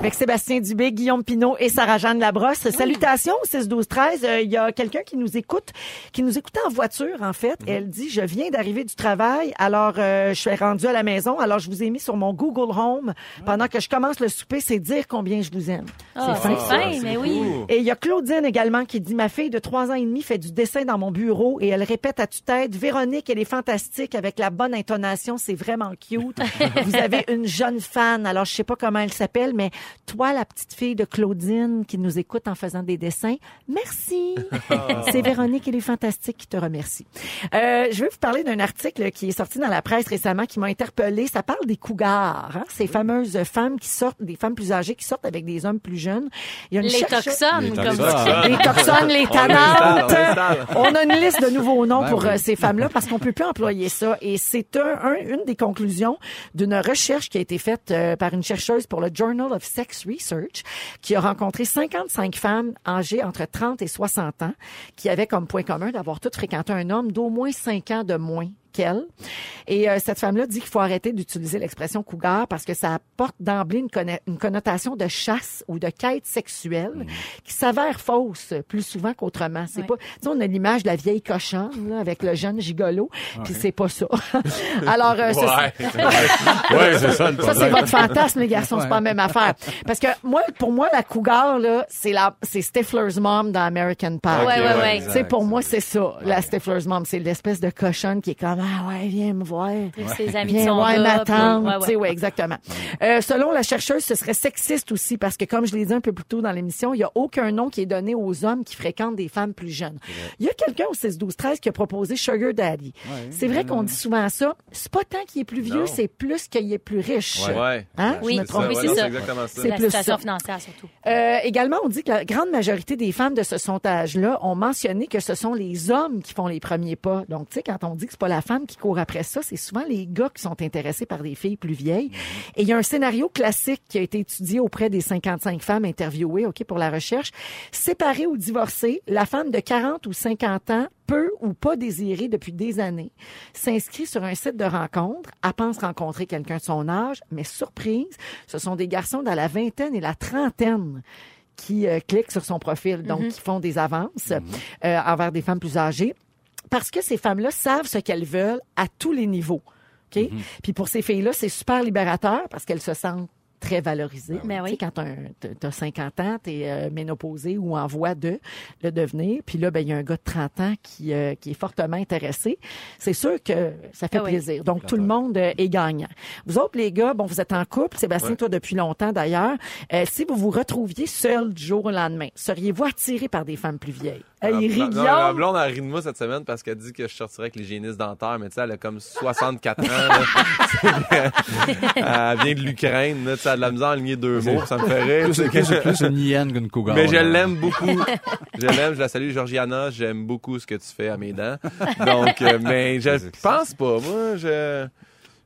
S1: Avec Sébastien Dubé, Guillaume Pinault et Sarah-Jeanne Labrosse. Salutations au 6-12-13. Euh, Il y a quelqu'un qui nous écoute, qui nous écoutait en voiture, en fait.
S5: Mm-hmm.
S1: Elle dit, je viens d'arriver du travail, alors euh, je suis rendue à la maison, alors je vous ai mis sur mon Google Home.
S5: Mm.
S1: Pendant que je commence le souper, c'est dire combien je vous aime.
S3: Ah,
S1: fin,
S3: C'est
S1: ça.
S3: fin, mais oui.
S1: Et il y a Claudine également qui dit, ma fille de trois ans et demi fait du dessin dans mon bureau et elle répète à tue-tête, Véronique, elle est fantastique avec la bonne intonation, c'est vraiment cute. Vous avez une jeune fan, alors je sais pas comment elle s'appelle, mais toi, la petite fille de Claudine qui nous écoute en faisant des dessins, merci. c'est Véronique, elle est fantastique qui te remercie. Euh, je vais vous parler d'un article qui est sorti dans la presse récemment qui m'a interpellée. Ça parle des cougars, hein, ces fameuses femmes qui sortent, des femmes plus âgées qui sortent avec des hommes plus jeunes. Il y a une
S3: Les
S1: chercheuse-
S3: toxones,
S4: Les
S3: comme
S4: toxones.
S3: ça.
S1: les toxones, les
S2: l'installe, on
S1: tanantes. On a une liste de nouveaux noms
S4: Ben
S1: pour
S4: oui.
S1: euh, ces femmes-là parce qu'on peut plus employer ça. Et c'est un, un- une des conclusions d'une recherche qui a été faite euh, par une chercheuse pour le Journal of Sex Research qui a rencontré 55 femmes âgées entre 30 et 60 ans qui avaient comme point commun d'avoir toutes fréquenté un homme d'au moins 5 ans de moins qu'elle. Et euh, cette femme-là dit qu'il faut arrêter d'utiliser l'expression cougar parce que ça apporte d'emblée une, conna- une connotation de chasse ou de quête sexuelle qui s'avère fausse euh, plus souvent qu'autrement. C'est
S3: Ouais.
S1: pas, tu sais, on a l'image de la vieille cochonne là, avec le jeune gigolo, puis c'est pas ça. Alors, euh, ça, c'est-
S4: Ouais, c'est ça le
S1: ça, c'est
S4: problème.
S1: votre fantasme, les garçons, c'est pas la même affaire. Parce que moi, pour moi, la cougar, là, c'est la, c'est Stifler's mom dans American Pie.
S3: Ouais, ouais, ouais.
S1: Tu sais, pour moi, c'est ça, la Stifler's mom. C'est l'espèce de cochonne qui est comme, ah ouais, viens me voir.
S3: Ses amis qui
S1: Bien,
S3: sont
S1: ouais,
S3: là,
S1: ma
S3: puis-
S1: tante,
S3: ouais,
S1: tu
S3: ouais.
S1: sais, ouais, exactement. Euh, selon la chercheuse, ce serait sexiste aussi parce que, comme je l'ai dit un peu plus tôt dans l'émission, il n'y a aucun nom qui est donné aux hommes qui fréquentent des femmes plus jeunes. Il y a quelqu'un au 6-12-13 qui a proposé Sugar Daddy. c'est vrai qu'on dit souvent ça. C'est pas tant qu'il est plus vieux,
S2: Non.
S1: c'est plus qu'il est plus riche.
S2: Ouais.
S1: Hein?
S3: Oui,
S1: Je me
S3: c'est
S1: trompe.
S3: ça,
S2: ouais,
S3: c'est
S2: non,
S3: ça.
S2: exactement ça.
S1: C'est
S3: La
S1: plus
S3: situation
S1: ça.
S3: financière, surtout.
S1: Euh, également, on dit que la grande majorité des femmes de ce sondage-là ont mentionné que ce sont les hommes qui font les premiers pas. Donc, tu sais, quand on dit que c'est pas la femme qui court après ça, c'est souvent les gars qui sont intéressés par des filles plus vieilles. Et il y a un scénario classique qui a été étudié auprès des 55 femmes interviewées, OK, pour la recherche. Séparée ou divorcée, la femme de 40 ou 50 ans peu ou pas désirée depuis des années, s'inscrit sur un site de rencontre, elle pense rencontrer quelqu'un de son âge, mais surprise, ce sont des garçons dans la vingtaine et la trentaine qui euh, cliquent sur son profil, donc
S3: Mhm.
S1: qui font des avances euh, envers des femmes plus âgées, parce que ces femmes-là savent ce qu'elles veulent à tous les niveaux. OK? Puis pour ces filles-là, c'est super libérateur parce qu'elles se sentent très valorisées.
S3: Ben oui.
S1: Tu sais, quand tu as 50 ans, tu es ménopausée ou en voie de le devenir. Puis là, ben, il y a un gars de 30 ans qui, euh, qui est fortement intéressé. C'est sûr que ça fait
S3: Ah oui.
S1: plaisir. Donc, tout le monde euh, est gagnant. Vous autres, les gars, bon, vous êtes en couple. Sébastien, toi, depuis longtemps d'ailleurs. Euh, si vous vous retrouviez seul du jour au lendemain, seriez-vous attiré par des femmes plus vieilles?
S2: Ma-
S1: Hey, il rit,
S2: ma- Ah, non,
S1: Guillaume.
S2: ma blonde, elle rit de moi cette semaine parce qu'elle dit que je sortirais avec l'hygiéniste dentaire, mais tu sais, elle a comme 64 ans. là. elle vient de l'Ukraine, là, tu sais, a de la misère à aligner deux mots, ça me ferait.
S4: Plus, plus, plus une hyène qu'une
S3: Ben,
S4: cougar.
S2: Mais je l'aime beaucoup. Je l'aime, je la salue, Georgiana. J'aime beaucoup ce que tu fais à mes dents. Donc, euh, mais je pense pas. Moi, je.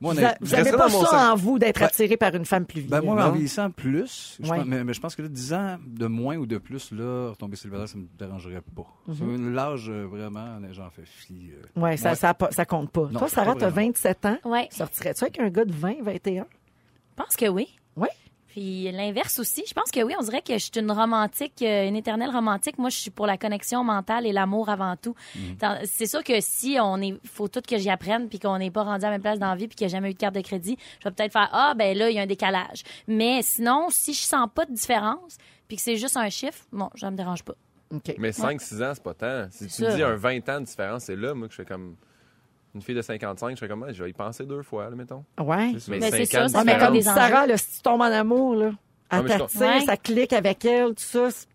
S4: Moi,
S1: Vous
S4: honnêtement,
S1: a-
S2: je
S1: vous avez
S2: resterai
S1: pas
S2: dans mon
S1: ça
S2: sac.
S1: en vous d'être attiré par une femme plus vieille.
S4: Ben, moi, en
S1: non?
S4: vieillissant plus, je
S1: Ouais.
S4: pense- mais, mais je pense que là, 10 ans de moins ou de plus, là, retomber célibataire, ça me dérangerait pas. C'est L'âge, euh, vraiment, là, j'en fais fi. euh.
S1: Mhm. Ouais, ça,
S4: Ouais.
S1: ça, a pas- ça compte pas.
S4: Non,
S1: Toi, Sarah,
S4: pas
S1: t'as
S4: vraiment.
S1: 27 ans.
S3: Ouais.
S1: Sortirais-tu avec un gars de 20, 21?
S3: Je pense que oui.
S1: Ouais.
S3: Puis l'inverse aussi. Je pense que oui, on dirait que je suis une romantique, euh, une éternelle romantique. Moi, je suis pour la connexion mentale et l'amour avant tout. Tant- C'est sûr que si on est, faut tout que j'y apprenne, puis qu'on n'est pas rendu à la même place dans la vie, puis qu'il n'y a jamais eu de carte de crédit, je vais peut-être faire ah ben là il y a un décalage. Mais sinon, si je sens pas de différence, puis que c'est juste un chiffre, bon, ça me dérange pas.
S1: OK.
S2: Mais 5-6 ans, c'est pas tant. Si tu
S3: ça.
S2: me dis un 20 ans de différence, c'est là, moi, que je fais comme. Une fille de 55, je fais comme, ah, je vais y penser deux fois, là, mettons.
S1: Ouais.
S2: Mais
S3: Ben, c'est
S2: cinq ans
S3: ça,
S2: de
S3: ça
S1: mais
S3: fait
S1: comme
S3: des
S1: dit
S2: différence.
S3: enjeux.
S1: Sarah, là, si tu tombes en amour, là, elle
S2: Ouais, mais je
S1: t'attire,
S3: comprends.
S1: ça clique avec elle, tout ça. c'est-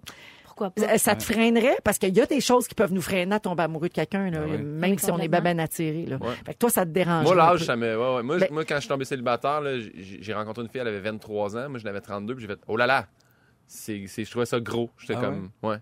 S3: Pourquoi pas
S1: Euh, Ça te freinerait parce qu'il y a des choses qui peuvent nous freiner à tomber amoureux de quelqu'un, là,
S4: Ah ouais.
S1: même
S3: Oui,
S1: si on est
S3: complètement.
S1: baben attiré. Là.
S2: Ouais.
S1: Fait que toi, ça te dérange.
S2: Moi, l'âge, ça me. ouais, ouais. Moi, je-
S1: Ben-
S2: moi, quand je suis tombé célibataire, là, j'ai- j'ai rencontré une fille, elle avait 23 ans, moi, je l'avais 32, puis j'ai fait, oh là là! C'est, c'est- je trouvais ça gros. J'étais
S4: Ah
S2: comme, ouais.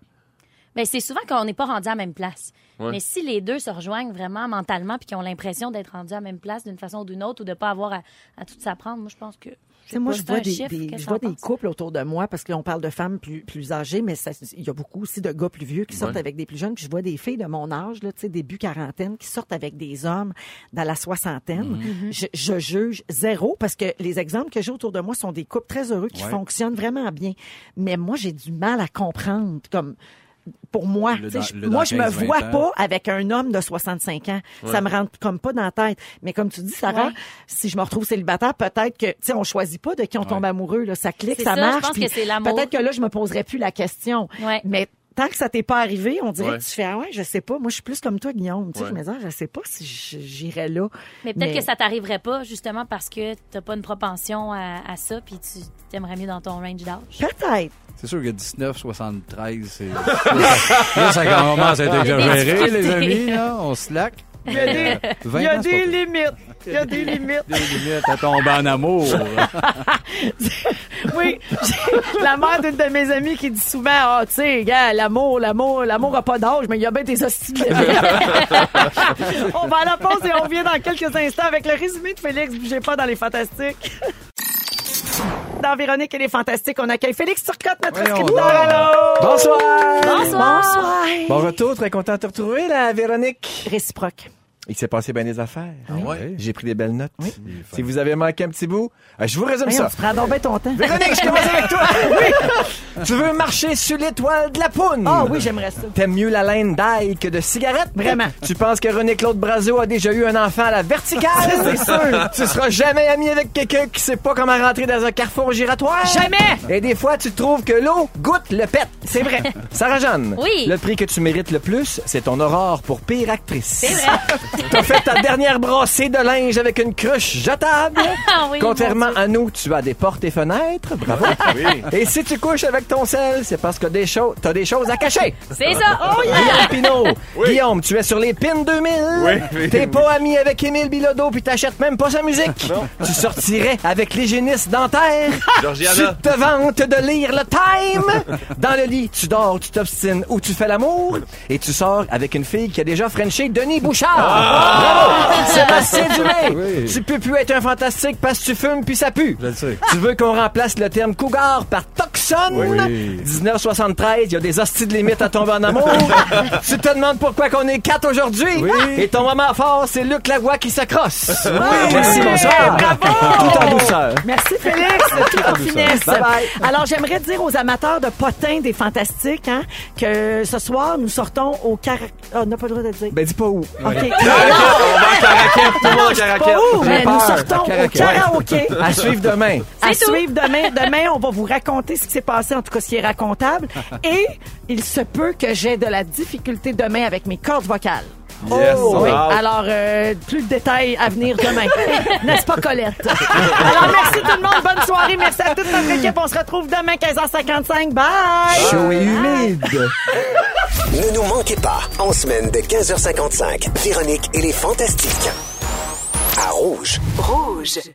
S3: Ben, c'est souvent qu'on n'est pas rendu à la même place.
S2: Ouais.
S3: Mais si les deux se rejoignent vraiment mentalement puis qu'ils ont l'impression d'être rendus à la même place d'une façon ou d'une autre ou de ne pas avoir à, à tout s'apprendre, moi, je pense que.
S1: Tu sais, moi,
S3: pas,
S1: je
S3: c'est
S1: vois,
S3: un
S1: des,
S3: chiffre,
S1: des-
S3: qu'est-ce
S1: je vois
S3: que t'en
S1: des
S3: penses?
S1: couples autour de moi parce qu'on parle de femmes plus, plus âgées, mais ça- il y a beaucoup aussi de gars plus vieux qui sortent
S2: Ouais.
S1: avec des plus jeunes. Puis je vois des filles de mon âge, là, tu sais, début quarantaine, qui sortent avec des hommes dans la soixantaine. je, je juge zéro parce que les exemples que j'ai autour de moi sont des couples très heureux qui
S4: Ouais.
S1: fonctionnent vraiment bien. Mais moi, j'ai du mal à comprendre comme pour moi,
S4: Le
S1: tu sais,
S4: dans-
S1: je-
S4: le
S1: moi
S4: dans
S1: je me
S4: 15-20
S1: vois
S4: ans.
S1: pas avec un homme de 65 ans. Ça me rentre comme pas dans la tête. Mais comme tu dis, Sarah,
S3: Ouais.
S1: si je me retrouve célibataire, peut-être que, tu sais, on choisit pas de qui on tombe
S4: Ouais.
S1: amoureux, là. Ça clique,
S3: C'est
S1: ça,
S3: ça, je
S1: marche.
S3: pense
S1: puis
S3: que c'est l'amour.
S1: peut-être que là, je me poserais plus la question.
S3: Ouais.
S1: Mais tant que ça t'est pas arrivé, on dirait
S2: Ouais.
S1: que tu fais, ah ouais, je sais pas. Moi, je suis plus comme toi, Guillaume. Tu sais,
S2: Ouais.
S1: je me dis, ah, je sais pas si j- j'irais là.
S3: Mais peut-être que ça t'arriverait pas, justement, parce que t'as pas une propension à, à ça puis tu t'aimerais mieux dans ton range d'âge.
S1: Peut-être.
S4: C'est sûr que 19, 73, c'est. là, ça- là, ça commence à être
S3: Il y a des
S4: exagéré, les
S3: difficultés.
S4: amis, là. On slack. Euh,
S1: Il y a des,
S4: Il
S1: il y a des limites. Il y a des limites.
S4: des limites à tomber en amour.
S1: Ah Oui, j'ai la mère d'une de mes amies qui dit souvent, ah, tu sais, gars, l'amour, l'amour, l'amour a pas d'âge, mais il y a bien des hosties de limites. On va à la pause et on revient dans quelques instants avec le résumé de Félix. Bougez pas dans les fantastiques. Dans Véronique et les fantastiques, on accueille Félix Turcotte, notre
S4: Voyons
S1: scripteur.
S4: donc.
S1: Allô?
S6: Bonsoir!
S3: Bonsoir!
S1: Bonsoir.
S6: Bon retour, très content de te retrouver, la Véronique. Ah.
S1: Réciproque.
S6: Il s'est passé bien des affaires.
S4: ouais?
S6: J'ai pris des belles notes.
S4: Il est fin.
S6: Si vous avez manqué un petit bout, euh, je vous résume
S1: Voyons,
S6: ça.
S1: tu prends donc bien ton temps.
S6: Véronique, je commence avec toi. Oui. Tu veux marcher sur l'étoile de la poune.
S1: Ah oui, j'aimerais ça.
S6: T'aimes mieux la laine d'ail que de cigarette?
S1: Vraiment.
S6: Tu penses que René-Claude Brazo a déjà eu un enfant à la verticale? C'est sûr. Tu seras jamais ami avec quelqu'un qui sait pas comment rentrer dans un carrefour giratoire?
S1: Jamais!
S6: Et des fois, tu trouves que l'eau goûte le pet. C'est vrai. Sarah-Jeanne.
S3: Oui.
S6: Le prix que tu mérites le plus, c'est ton aurore pour pire actrice. C'est vrai. T'as fait ta dernière brassée de linge avec une cruche jetable.
S3: Ah oui,
S6: Contrairement à nous, tu as des portes et fenêtres. Bravo. Et si tu couches avec ton sel, c'est parce que des choses, t'as des choses à cacher.
S3: C'est ça! Oh, yeah!
S6: Guillaume Pinault. Guillaume, tu es sur les pins 2000. T'es pas ami avec Émile Bilodeau puis t'achètes même pas sa musique. Tu sortirais avec l'hygiéniste dentaire.
S2: Georgiana.
S6: Tu te vantes de lire le Time. Dans le lit, tu dors, tu t'obstines ou tu fais l'amour. Et tu sors avec une fille qui a déjà frenché Denis Bouchard. Bravo! Sébastien Dumais.
S4: Oui.
S6: Tu peux plus être un fantastique parce que tu fumes puis ça pue.
S4: Je le sais.
S6: Tu veux qu'on remplace le terme cougar par toxone?
S4: Oui.
S6: 1973, il y a des hosties de limite à tomber en amour. tu te demandes pourquoi qu'on est quatre aujourd'hui?
S4: Oui.
S6: Et ton moment fort, c'est Luc Lavoie qui s'accroche. Merci, bonsoir. Tout en douceur.
S1: Merci Félix, tout en finesse.
S6: Bye bye.
S1: Alors j'aimerais dire aux amateurs de potins des fantastiques hein, que ce soir nous sortons au car... Ah, on n'a pas le droit de le dire.
S6: Ben, dis pas où.
S1: OK.
S2: Tout le monde en
S1: Pas
S2: raquette.
S1: où, mais nous sortons au
S6: Karaoké.
S1: karaoké.
S6: À suivre demain.
S1: À
S3: C'est tout.
S1: suivre demain. Demain, on va vous raconter ce qui s'est passé, en tout cas ce qui est racontable. Et il se peut que j'ai de la difficulté demain avec mes cordes vocales. Oh,
S2: Yes.
S1: Oui.
S2: Wow.
S1: Alors, euh, plus de détails à venir demain. N'est-ce pas, Colette? Alors, merci tout le monde. Bonne soirée. Merci à toute notre équipe. On se retrouve demain, 15h55. Bye!
S6: Chaud et humide.
S7: Ne nous manquez pas, en semaine de 15h55, Véronique et les Fantastiques. À Rouge.
S8: Rouge.